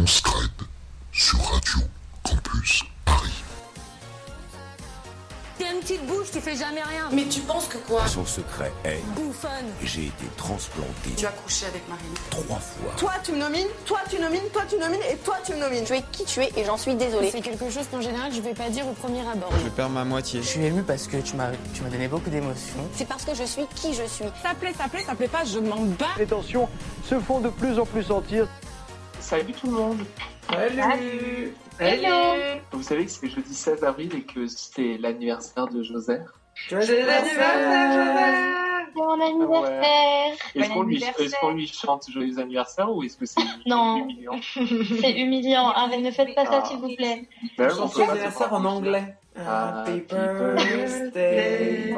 en Skype sur Radio Campus Paris. T'es une petite bouche, tu fais jamais rien. Mais tu penses que quoi Son secret est Bouffonne. j'ai été transplanté Tu as couché avec Marine. trois fois. Toi tu me nomines, toi tu nomines, toi tu nomines et toi tu me nomines. Tu es qui tu es et j'en suis désolée. C'est quelque chose qu'en général je vais pas dire au premier abord. Je perds ma moitié. Je suis émue parce que tu m'as tu m'as donné beaucoup d'émotions. C'est parce que je suis qui je suis. Ça plaît, ça plaît, ça plaît pas, je m'en bats. Les tensions se font de plus en plus sentir. Salut tout le monde Salut Vous savez que c'est jeudi 16 avril et que c'est l'anniversaire de Joseph. Bon Ah anniversaire Est-ce Bon qu'on lui, anniversaire. est-ce qu'on lui chante joyeux anniversaire ou est-ce que c'est Non. humiliant C'est humiliant, arrête, ne faites pas Ah, ça s'il vous plaît. Ben, Son on peut pas se anniversaire en croire. anglais. Happy birthday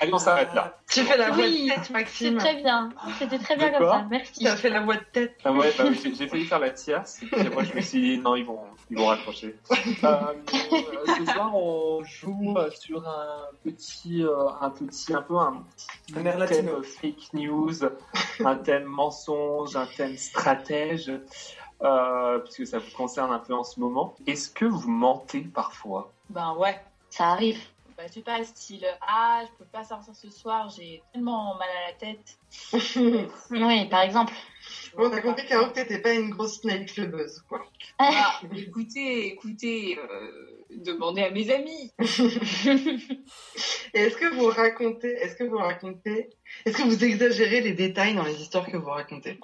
Allez, on s'arrête là. Tu fais la voix Oui. de tête, C'est Maxime. très bien, c'était très bien De comme quoi ça, merci. Tu as fait la voix de tête. Ah ouais, bah, oui, j'ai j'ai failli faire la tierce, et puis moi je me suis dit non, ils vont, ils vont raccrocher. Euh, ce soir, on joue euh, sur un petit, euh, un petit, un peu un petit Un air thème latino. fake news, un thème mensonge, un thème stratège, euh, puisque ça vous concerne un peu en ce moment. Est-ce que vous mentez parfois Ben ouais. Ça arrive. Bah, tu pas, style Ah, je peux pas sortir ce soir, j'ai tellement mal à la tête. Oui, par exemple. Bon, on a compris qu'Aro, t'étais pas une grosse Snail Clubeuse, quoi. Ah, écoutez, écoutez, euh, demandez à mes amis. Et est-ce que vous racontez, est-ce que vous racontez, est-ce que vous exagérez les détails dans les histoires que vous racontez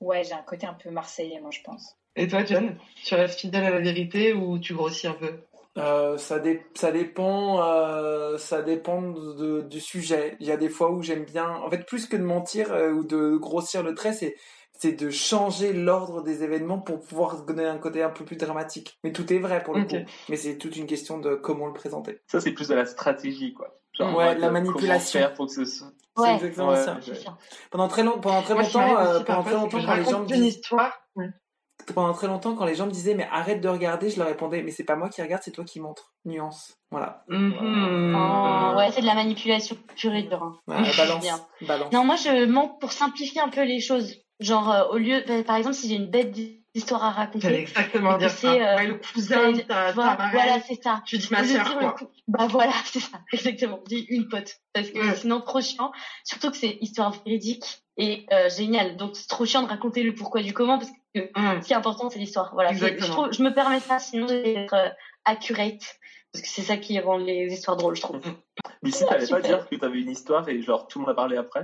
Ouais, j'ai un côté un peu marseillais, moi, je pense. Et toi, John, tu restes fidèle à la vérité ou tu grossis un peu Euh, ça, dé- ça dépend, euh, ça dépend de- du sujet. Il y a des fois où j'aime bien, en fait, plus que de mentir euh, ou de grossir le trait, c'est c'est de changer l'ordre des événements pour pouvoir donner un côté un peu plus dramatique. Mais tout est vrai pour le Ok. coup. Mais c'est toute une question de comment le présenter. Ça, c'est plus de la stratégie, quoi. en Ouais, mode, de la euh, manipulation. Comment faire pour que ce soit... Ouais. C'est exactement Ouais, ça. je- Pendant très, long- pendant très Moi, je suis longtemps, arrivée euh, aussi pendant parfois, c'est très que longtemps, je quand les gens me raconte une disent histoire. ouais. pendant très longtemps, quand les gens me disaient mais arrête de regarder, je leur répondais mais c'est pas moi qui regarde, c'est toi qui montre. Nuance. Voilà. Hmm. Mhm. Oh, ouais, c'est de la manipulation pure et dure. hein. Ouais, balance. Bien. Balance. Non, moi je mens pour simplifier un peu les choses. Genre, euh, au lieu, bah, par exemple, si j'ai une bête d'histoire à T'allais raconter, exactement dire ça. C'est, euh, Ouais, le cousin de ta, tu vois, ta marraine, voilà, c'est ça. tu dis ma Au lieu de sœur, dire quoi. le coup- Bah voilà, c'est ça, exactement. Dis une pote. Parce que Ouais. sinon, trop chiant. Surtout que c'est histoire véridique et euh, géniale. Donc, c'est trop chiant de raconter le pourquoi du comment parce que Mhm. ce qui est important, c'est l'histoire. Voilà. Je, Exactement. je trouve- je me permets ça, sinon, je vais être euh, accurate. Parce que c'est ça qui rend les histoires drôles, je trouve. Lucie, t'allais pas Super. dire que t'avais une histoire et genre tout le monde a parlé après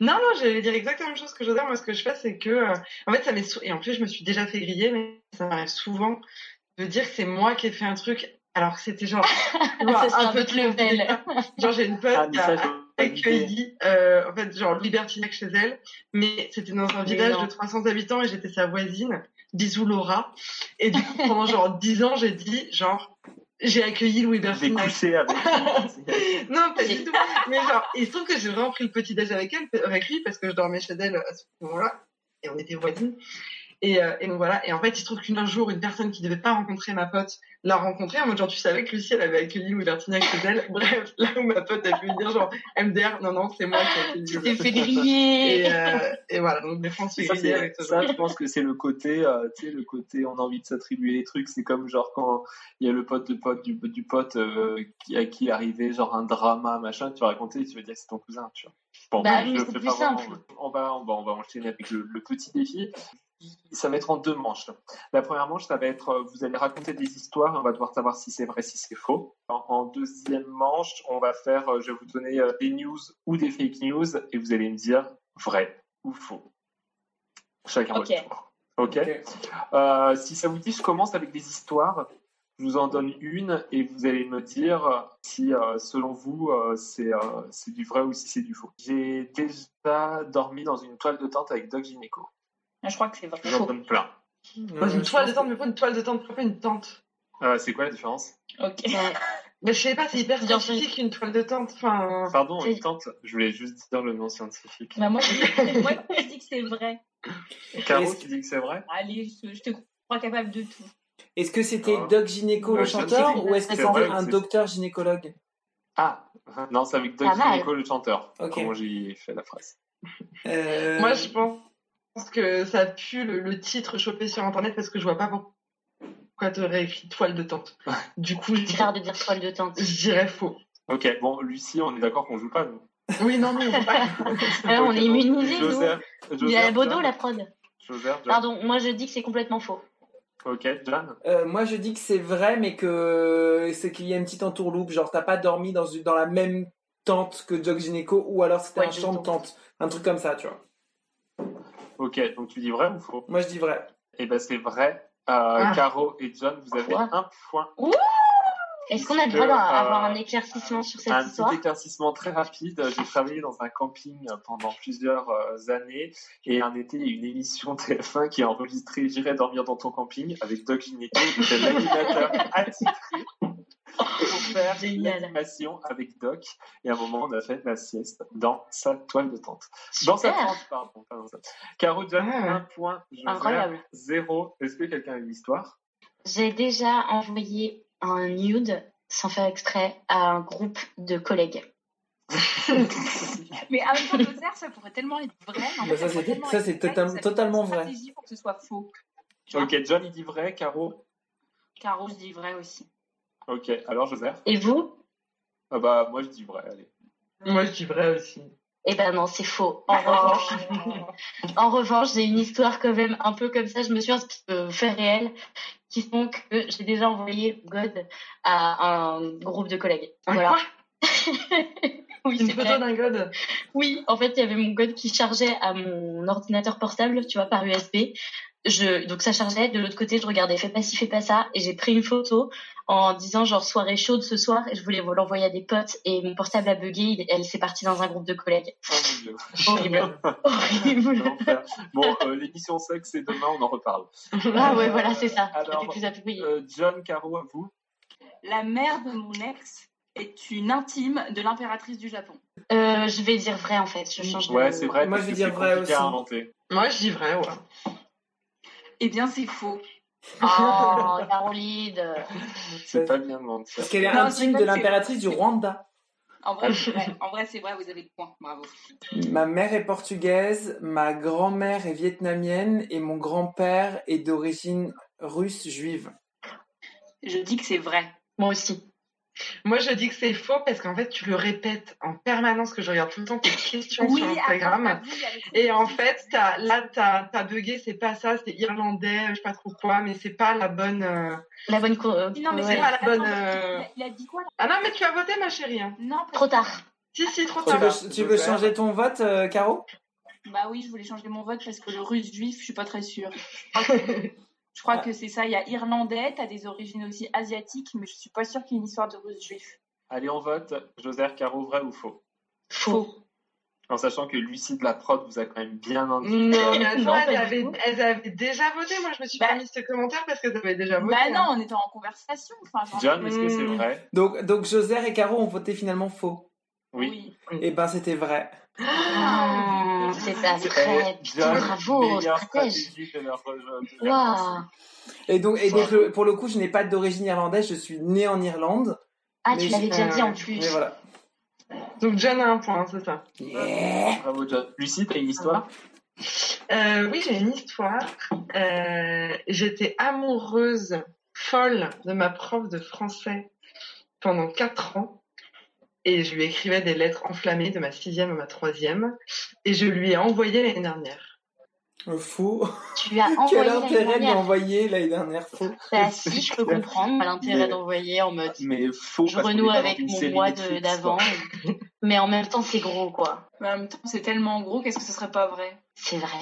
Non, non, j'allais dire exactement la même chose que José. Moi, ce que je fais, c'est que. euh, en fait, ça m'est. sou- Et en plus, je me suis déjà fait griller, mais ça m'arrive souvent de dire que c'est moi qui ai fait un truc, alors que c'était genre. tu vois, Ça, c'est un autre trop level. bizarre. Genre, j'ai une pote Ah, mais qui a ça, je l'ai accueilli, euh, en fait, genre, libertinac chez elle, mais c'était dans un Mais village non. de 300 habitants et j'étais sa voisine. Bisous, Laura. Et du coup, pendant genre 10 ans, j'ai dit, genre, j'ai accueilli Louis J'ai Bertignac. couché avec. Non, pas J'ai- du tout. Mais genre, il se trouve que j'ai vraiment pris le petit déj avec elle, avec lui, parce que je dormais chez elle à ce moment-là, et on était voisines. Et, euh, et donc voilà. Et en fait, il se trouve qu'un jour, une personne qui devait pas rencontrer ma pote l'a rencontrée. En mode genre, tu savais que Lucie, elle avait accueilli Louis Bertignac chez elle. Bref, là où ma pote a pu me dire genre, MDR, non, non, c'est moi qui ai accueilli. Tu Louis. t'es fait griller. Et, euh, et voilà. Donc, des fois, on se fait Ça, griller c'est- avec ce genre. ça, je pense que c'est le côté, euh, tu sais, le côté on a envie de s'attribuer les trucs. C'est comme genre quand il y a le pote, le pote du, du pote euh, qui, à qui est arrivé genre un drama, machin, tu vas raconter et tu vas dire que c'est ton cousin, tu vois. Bon, Bah je oui, le c'est fais plus pas vraiment, simple. mais On va, on va, on va enchaîner avec le, le petit défi. Ça va être en deux manches. La première manche, ça va être, euh, vous allez raconter des histoires, on va devoir savoir si c'est vrai, si c'est faux. En, en deuxième manche, on va faire, euh, je vais vous donner euh, des news ou des fake news, et vous allez me dire vrai ou faux. Chacun Ok. votre tour. Ok. Ok. Euh, si ça vous dit, je commence avec des histoires. Je vous en donne une et vous allez me dire si, euh, selon vous, euh, c'est euh, c'est du vrai ou si c'est du faux. J'ai déjà dormi dans une toile de tente avec Doc Gynéco. Ah, Je crois que c'est vrai. Je vous en Faux. donne plein. Dans Euh, une je toile de pense tente, mais pas une toile de tente, pourquoi pas une tente? Euh, c'est quoi la différence Ok. Mais je sais pas, c'est hyper Bien scientifique une toile de tente. Enfin, Pardon, C'est- une tente. Je voulais juste dire le nom scientifique. Bah, moi, je, moi, je dis que c'est vrai. Caro, Est-ce tu dis que c'est vrai Allez, je, je te crois capable de tout. euh, Est-ce que c'était Ah. Doc Gynéco Ouais, le ça, chanteur c'est- ou est-ce que c'est c'était vrai que un c'est- docteur gynécologue Ah non, c'est avec Doc Pas mal. Gynéco, le chanteur. Ok. Comment j'ai fait la phrase Euh, moi, je pense pense que ça pue le, le titre chopé sur internet parce que je vois pas pourquoi tu aurais écrit toile de tente. Du coup, je bizarre de dire toile de tente. Je dirais faux. Ok, bon, Lucie, on est d'accord qu'on joue pas, nous. Oui, non, non, on pas. Alors, on est immunisés, nous. Joseph, Joseph, Il y a la Bodo, Jeanne, la prod. Joseph, Jeanne. Pardon, moi je dis que c'est complètement faux. Ok, Jeanne. Euh, moi, je dis que c'est vrai, mais que c'est qu'il y a une petite entourloupe. Genre, t'as pas dormi dans, une- dans la même tente que Jog Gynéco, ou alors c'était Ouais, un champ de tente. Un truc comme ça, tu vois. Ok, donc tu dis vrai ou faux Moi, je dis vrai. Eh ben, c'est vrai. Euh, Ah. Caro et John, vous avez un point. Ouh Est-ce qu'on a le droit Puisque, d'avoir euh, un éclaircissement sur cette Un histoire petit éclaircissement très rapide. J'ai travaillé dans un camping pendant plusieurs euh, années et un été, il y a une émission TF1 qui a enregistré J'irai dormir dans ton camping avec Doc Gineco. J'étais l'animateur attitré pour faire l'animation avec Doc. Et à un moment, on a fait la sieste dans sa toile de tente. Dans sa Super. Ah. tente, pardon. pas dans sa- Caro, John, un point. Joseph, Incroyable. Zéro. Est-ce que quelqu'un a une histoire J'ai déjà envoyé un nude sans faire exprès à un groupe de collègues. Mais en même temps, Joseph, ça pourrait tellement être vrai. mais en Mais fait, ça, pourrait c'est tellement ça, être c'est vrai que totam- ça fait totalement une vrai. stratégie pour que ce soit faux. Ok, John, il dit vrai. Caro Caro, je dis vrai aussi. Ok, alors Joseph Et vous ah bah, Moi, je dis vrai, allez. Moi, je dis vrai aussi. Eh ben non, c'est faux. En revanche, Oh, en revanche, j'ai une histoire quand même un peu comme ça. Je me suis inspirée de faits réels qui font que j'ai déjà envoyé God à un groupe de collègues. Voilà. oui, Une c'est photo vrai. d'un god Oui, en fait, il y avait mon code qui chargeait à mon ordinateur portable, tu vois, par USB. Je, donc ça chargeait, de l'autre côté, je regardais, fais pas ci, fais pas ça, et j'ai pris une photo en disant genre soirée chaude ce soir, et je voulais vous l'envoyer à des potes, et mon portable a bugué, il- elle s'est partie dans un groupe de collègues. Oh mon dieu. Horrible. Horrible. L'enfer. Bon, euh, l'émission sexe, c'est demain, on en reparle. Ah ouais, voilà, c'est ça. Alors, euh, John, Caro, à vous. La mère de mon ex est une intime de l'impératrice du Japon. Euh, je vais dire vrai en fait, je change de- Ouais, c'est vrai. Moi, parce je vais que dire c'est vrai compliqué à aussi. inventer. Moi, je dis vrai, ouais. Eh bien, c'est faux. Oh, Caroline. C'est pas bien de mentir. Parce qu'elle est Non, c'est intime pas de que c'est- l'impératrice du Rwanda. En vrai, c'est vrai. En vrai, c'est vrai, vous avez le point. Bravo. Ma mère est portugaise, ma grand-mère est vietnamienne et mon grand-père est d'origine russe juive. Je dis que c'est vrai. Moi aussi. Moi, je dis que c'est faux parce qu'en fait, tu le répètes en permanence que je regarde tout le temps tes questions Oui, sur attends, Instagram. t'as vu, il y a le truc Et en qui- fait, t'as- là, t'as as bugué, c'est pas ça, c'est irlandais, je sais pas trop quoi, mais c'est pas la bonne. euh, La bonne co- euh, Non, mais c'est c'est pas la bonne. euh, Il a dit quoi là Ah non, mais tu as voté, ma chérie. hein. Non, parce- Trop tard. Si, si, trop Tu tard. veux, tu veux changer ton vote, euh, Caro bah oui, je voulais changer mon vote parce que le russe juif, je suis pas très sûre. Je crois que c'est ça. Il y a irlandais, t'as des origines aussi asiatiques, mais je suis pas sûre qu'il y ait une histoire de russe juif. Allez, on vote. Joseph, Caro, vrai ou faux Faux. En sachant que Lucie de la prod vous a quand même bien indiqué. Non, mais attends, Non, pas elles, du avaient, tout. elles avaient déjà voté. Moi, je me suis Bah- pas mis ce commentaire parce que t'avais déjà voté. Bah hein. non, on était en conversation. Enfin, genre- John, est-ce que c'est Mm. vrai Donc, donc Joser et Caro ont voté finalement faux. Oui. Eh ben, c'était vrai. Ah, c'est ça, c'est Eh, vrai. Putain, John, bravo, meilleure stratège. stratégie de leur- de leur- Waouh. Et donc, et donc le- pour le coup, je n'ai pas d'origine irlandaise, je suis né en Irlande. Ah, Mais tu l'avais j'ai- déjà euh, dit en plus. Mais voilà. Donc, John a un point, hein, c'est ça. Bravo, John. Lucie, t'as une histoire Euh, oui, j'ai une histoire. Euh, J'étais amoureuse folle de ma prof de français pendant quatre ans. Et je lui écrivais des lettres enflammées de ma sixième à ma troisième. Et je lui ai envoyé l'année dernière. Euh, Faux. Tu as Quel envoyé l'année intérêt de dernière. l'envoyer l'année dernière Faux. Bah, si, je peux comprendre l'intérêt Mais- d'envoyer en mode Mais faux. je parce qu'on renoue est dans avec une mon série mois de- Netflix, d'avant. quoi. Mais en même temps, c'est gros, quoi. Mais en même temps, c'est tellement gros, qu'est-ce que ce serait pas vrai C'est vrai.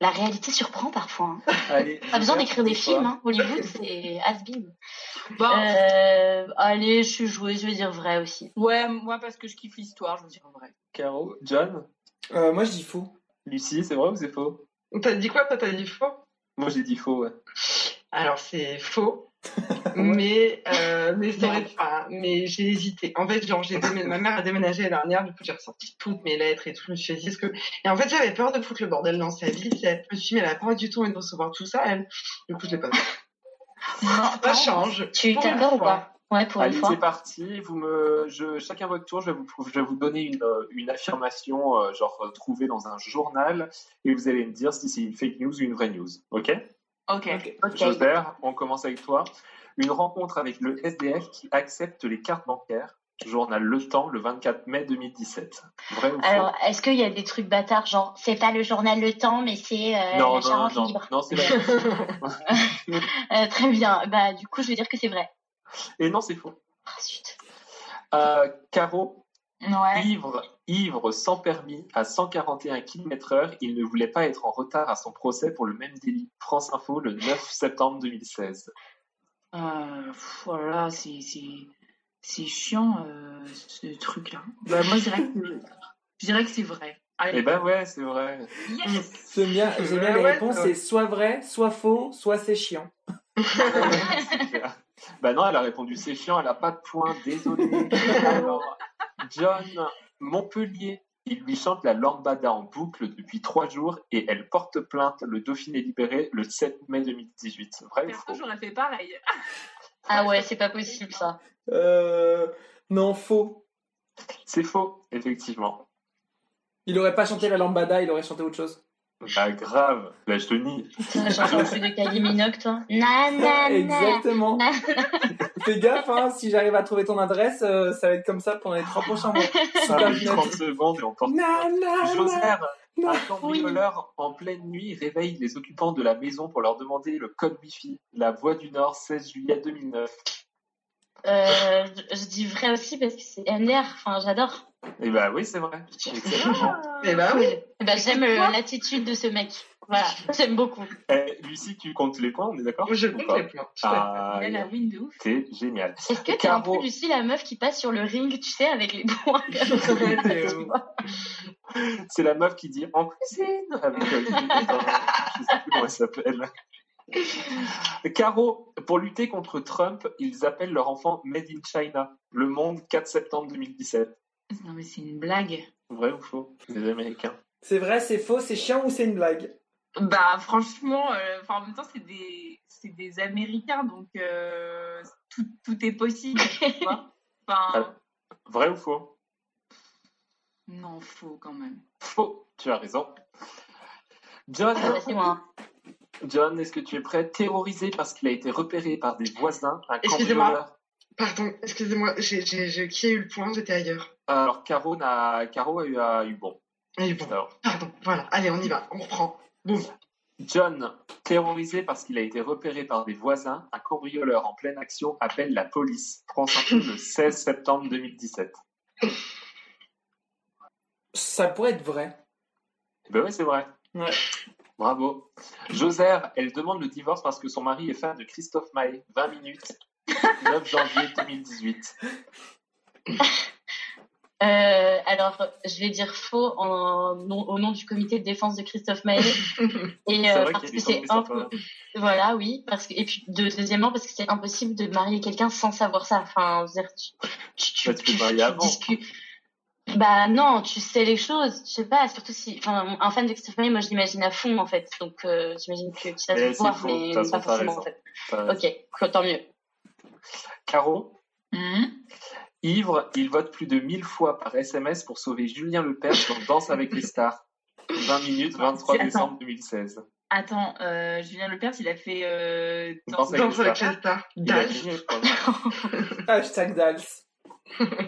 La réalité surprend parfois. hein. Allez, Pas besoin Joseph, d'écrire des histoire. films. Hein. Hollywood, c'est has-been. Bon, Euh, allez, je suis jouée, je vais dire vrai aussi. ouais, moi parce que je kiffe l'histoire, je veux dire vrai. Caro, John, Euh, moi, je dis faux. Lucie, c'est vrai ou c'est faux T'as dit quoi Toi, t'as dit faux Moi, j'ai dit faux, ouais. Alors, c'est faux. mais euh, mais ça aurait- enfin, mais j'ai hésité. En fait, genre, j'ai déménagé- ma mère a déménagé la dernière, du coup, j'ai ressorti toutes mes lettres et tout. Je me suis dit, est-ce que. Et en fait, j'avais peur de foutre le bordel dans sa vie. Je me suis dit, mais elle a pas du tout envie de recevoir tout ça, elle. Du coup, je l'ai pas fait. Non, Ça change. Tu Pour t'as la peur ou fois. pas Ouais, pour Allez, une fois. c'est parti. Vous me, je, chacun votre tour, je vais vous, je vais vous donner une, euh, une affirmation, euh, genre euh, trouvée dans un journal, et vous allez me dire si c'est une fake news ou une vraie news. Ok Ok. Josbert, on commence avec toi. Une rencontre avec le SDF qui accepte les cartes bancaires. Journal Le Temps, le 24 mai 2017. Vrai ou faux Alors, est-ce qu'il y a des trucs bâtards, genre, c'est pas le journal Le Temps, mais c'est euh, Non, non, la Charente non, non, Libre non, c'est vrai. Euh, Très bien. Bah, du coup, je vais dire que c'est vrai. Et non, c'est faux. Euh, Caro, ivre, ivre sans permis à 141 km/h, il ne voulait pas être en retard à son procès pour le même délit. France Info, le 9 septembre 2016. Euh, pff, voilà, c'est c'est- c'est chiant euh, ce truc là. Bah, moi je dirais que, je dirais que c'est vrai. Allez. Eh ben ouais, c'est vrai. euh, J'aime bien, j'aime bien Ouais, les ouais, réponses, c'est ouais. soit vrai, soit faux, soit c'est chiant. Bah non, elle a répondu c'est chiant, elle n'a pas de point, désolé. Alors, John, Montpellier, il lui chante la lambada en boucle depuis trois jours et elle porte plainte. Le Dauphiné libéré le 7 mai 2018. Vrai ou faux Perso, j'aurais fait pareil. Ah ouais, c'est pas possible ça. Euh, non, faux. C'est faux, effectivement. Il aurait pas chanté la lambada, il aurait chanté autre chose. Bah grave, là je te nie. J'entends plus de Kylie Minogue, toi. Na, na, na. Exactement. Na. Fais gaffe, hein, si j'arrive à trouver ton adresse, euh, ça va être comme ça pendant les trois prochains mois. Sous Ça ta met fenêtre. 30 secondes et on porte. Na, na, na. Joseph, un cambrioleur en pleine nuit réveille les occupants de la maison pour leur demander le code Wi-Fi. La Voix du Nord, 16 juillet 2009. Euh, je je dis vrai aussi parce que c'est MDR, enfin j'adore. Et bah oui, c'est vrai. Exactement. Eh ben oui. Eh ben, j'aime euh, l'attitude de ce mec. Voilà, j'aime beaucoup. Eh, Lucie, tu comptes les points, on est d'accord Je compte les points. Ah, Elle a win de ouf. t'es génial. Est-ce que t'es un peu Lucie la meuf qui passe sur le ring, tu sais, avec les poings euh, C'est la meuf qui dit en cuisine avec euh, je sais plus comment elle s'appelle. Caro, pour lutter contre Trump, ils appellent leur enfant Made in China. Le Monde, 4 septembre 2017. Non mais c'est une blague. Vrai ou faux Les Américains. C'est vrai, c'est faux, c'est chiant ou c'est une blague Bah franchement, euh, enfin, en même temps c'est des c'est des Américains donc euh, tout, tout est possible. tu vois. enfin Ah, Vrai ou faux non faux quand même. Faux, tu as raison. John, John, est-ce que tu es prêt Terrorisé parce qu'il a été repéré par des voisins, un Excusez-moi. cambrioleur Pardon, excusez-moi, j'ai, j'ai, j'ai- qui a eu le point J'étais ailleurs. Euh, Alors, Caro, n'a- Caro a, eu, a eu bon. Alors, Pardon, voilà. Allez, on y va, on reprend. Boum. John, terrorisé parce qu'il a été repéré par des voisins, un cambrioleur en pleine action appelle la police. France Info, le 16 septembre 2017. Ça pourrait être vrai. Eh Ben oui, c'est vrai. Ouais. Bravo. Josère, elle demande le divorce parce que son mari est fan de Christophe Maé. 20 minutes. 9 janvier 2018. Euh, alors, je vais dire faux en, nom- au nom du comité de défense de Christophe Maé. Et euh, vrai qu'il parce que est c'est tombé sur imp- toi. voilà, oui, parce que et puis de- deuxièmement parce que c'est impossible de marier quelqu'un sans savoir ça. Enfin, je veux dire, tu, Bah, tu peux marier avant. bah non, tu sais les choses, je sais pas, surtout si enfin un fan de Christophe Maé, moi je l'imagine à fond en fait. Donc euh, j'imagine que tu vas Eh, le c'est voir faux. De toute mais pas façon, t'as forcément raison. en fait. T'as raison. OK, quoi, tant mieux. hein. Euh, Caro Hmm. Ivre, il vote plus de 1000 fois par SMS pour sauver Julien Lepers dans Danse avec les stars. 20 minutes, 23 Attends. décembre 2016. Attends, euh, Julien Lepers, il a fait euh, Danse avec les stars. Il a gagné, je crois. Hashtag Dals.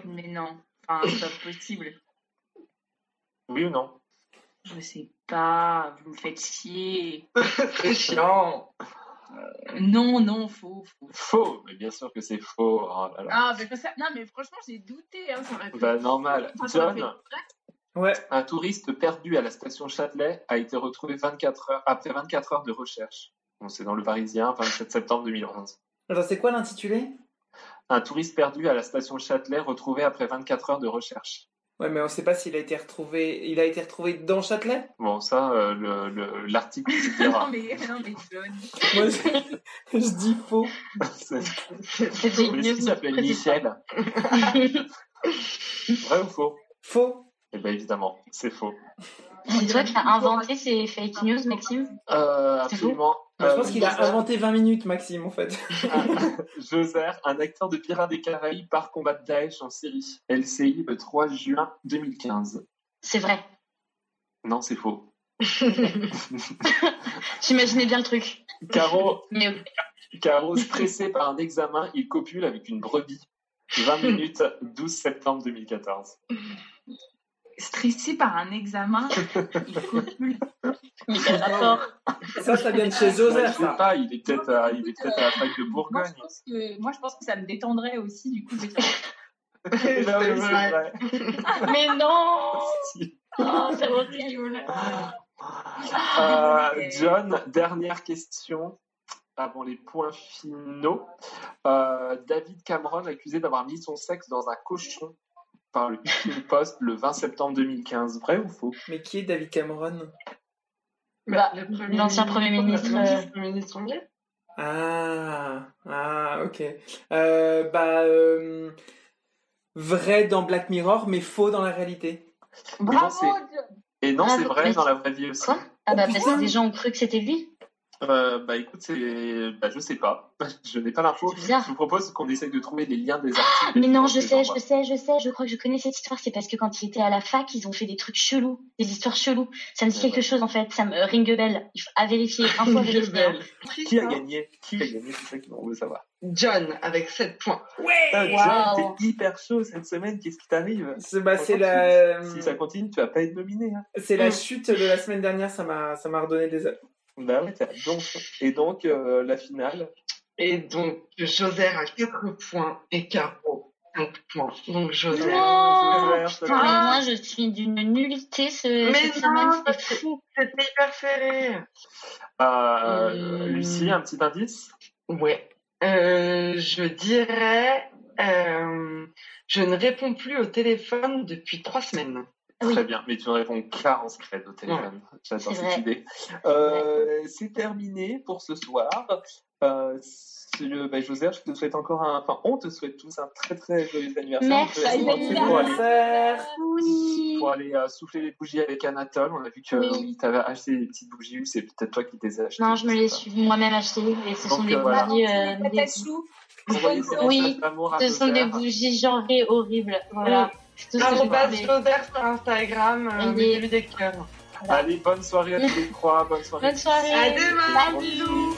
Mais non, enfin, c'est pas possible. Oui ou non Je sais pas, vous me faites chier. C'est chiant. non, non, faux, faux. Faux, mais bien sûr que c'est faux. Oh là là. Ah, mais comme ça, non, mais franchement, j'ai douté. Hein, ça aurait pu- Bah, normal. ça aurait John, pu- un touriste perdu à la station Châtelet a été retrouvé 24 heures, après 24 heures de recherche. Bon, c'est dans le Parisien, 27 septembre 2011. Alors, c'est quoi l'intitulé Un touriste perdu à la station Châtelet retrouvé après 24 heures de recherche. Ouais, mais on sait pas s'il a été retrouvé. Il a été retrouvé dans Châtelet Bon, ça, euh, le- le- l'article se dira. Non, mais, non, mais John. Moi, je, je dis faux. C'est- une Mais si, news ça s'appelle Michel. Vrai ou faux Faux. Eh bien, évidemment, c'est faux. C'est toi qui as inventé ces fake news, Maxime Euh, C'est faux absolument. Moi, je pense qu'il a inventé 20 minutes, Maxime, en fait. Joser, un acteur de Pirates des Caraïbes par combat de Daesh en Syrie. LCI le 3 juin 2015. C'est vrai. Non, c'est faux. J'imaginais bien le truc. Caro, Mais ok. Caro, stressé par un examen, il copule avec une brebis. 20 minutes, 12 septembre 2014. Stressé par un examen, il copule. Mais quel rapport Ça, ça vient de chez Joser, Bah, Je sais ça. pas, il est peut-être à, il est peut-être à la fac de Moi Bourgogne. je, pense que, moi, je pense que ça me détendrait aussi, du coup. d'être- Et là, oui, c'est vrai. Mais non Oh, c'est horrible. Euh, John, dernière question avant les points finaux. Euh, David Cameron accusé d'avoir mis son sexe dans un cochon par le Huffington Post le 20 septembre 2015. Vrai ou faux Mais qui est David Cameron Bah, Le premier l'ancien Premier ministre, l'ancien euh, Premier ministre anglais. Ah, ah, ok. Euh, bah, euh, vrai dans Black Mirror, mais faux dans la réalité. non, Bravo, c'est- Dieu. Et non, Ah, c'est vrai mais- dans la vraie vie aussi. Quoi Ah bah Oh, parce putain. que des gens ont cru que c'était lui. Euh, bah écoute, c'est... Bah, je sais pas. Je n'ai pas l'info. C'est bizarre. Ah, Je vous propose qu'on essaye de trouver les liens des articles. Mais et non, qu'on je les sais, envoie. je sais, je sais, je crois que je connais cette histoire. C'est parce que quand il était à la fac, ils ont fait des trucs chelous, des histoires cheloues. Ça me dit Ouais, quelque ouais. chose en fait, ça me ring a bell. Il faut à vérifier, un fois vérifier. hein. Triste, Qui a hein. gagné Qui a gagné C'est ça qu'on veut savoir. John avec 7 points. Eh, Putain, Wow. John, t'es hyper chaud cette semaine. Qu'est-ce qui t'arrive Ah, C'est bah, c'est Franchement, la, Si ça continue, tu vas pas être nominé. Hein. c'est la chute de la semaine dernière, ça m'a, ça m'a redonné des ailes. Bah ouais, t'as- donc. Et donc, euh, la finale. Et donc, Joser a 4 points et Caro 5 points. Donc, Joser. Non. c'est Putain, mais vrai. moi je suis d'une nullité ce, Mais ce non, pyramides, parce c'est que- fou. C'était hyper serré. Euh, Hmm. Lucie, un petit indice Ouais. Euh, je dirais. euh, je ne réponds plus au téléphone depuis 3 semaines. Oui. Très bien, mais tu ne réponds qu'à en secret au téléphone. C'est J'adore cette vrai. idée. Euh, c'est terminé pour ce soir. Euh, c'est le- bah, José, je te souhaite encore un. Enfin, on te souhaite tous un très très joyeux anniversaire. Merci. On te laisse Joyeux tranquille pour aller, Anniversaire. Oui. pour aller, euh, souffler les bougies avec Anatole. On a vu que Oui. tu avais acheté des petites bougies, c'est peut-être toi qui les as achetées. Non, je me sais les pas. suis moi-même achetées et ce sont Donc, des euh, voilà. bougies. euh, Patate chou. Envoyez ces Oui, messages d'amour à Ce sont des José. bougies genrées horribles. Voilà. C'est tout ce que je Arrobas voulais. Joser sur Instagram. Euh, Allez. mettez-lui des cœurs. Allez, bonne soirée à tous les trois. Bonne soirée. Bonne soirée. À demain. Bye. Bisous.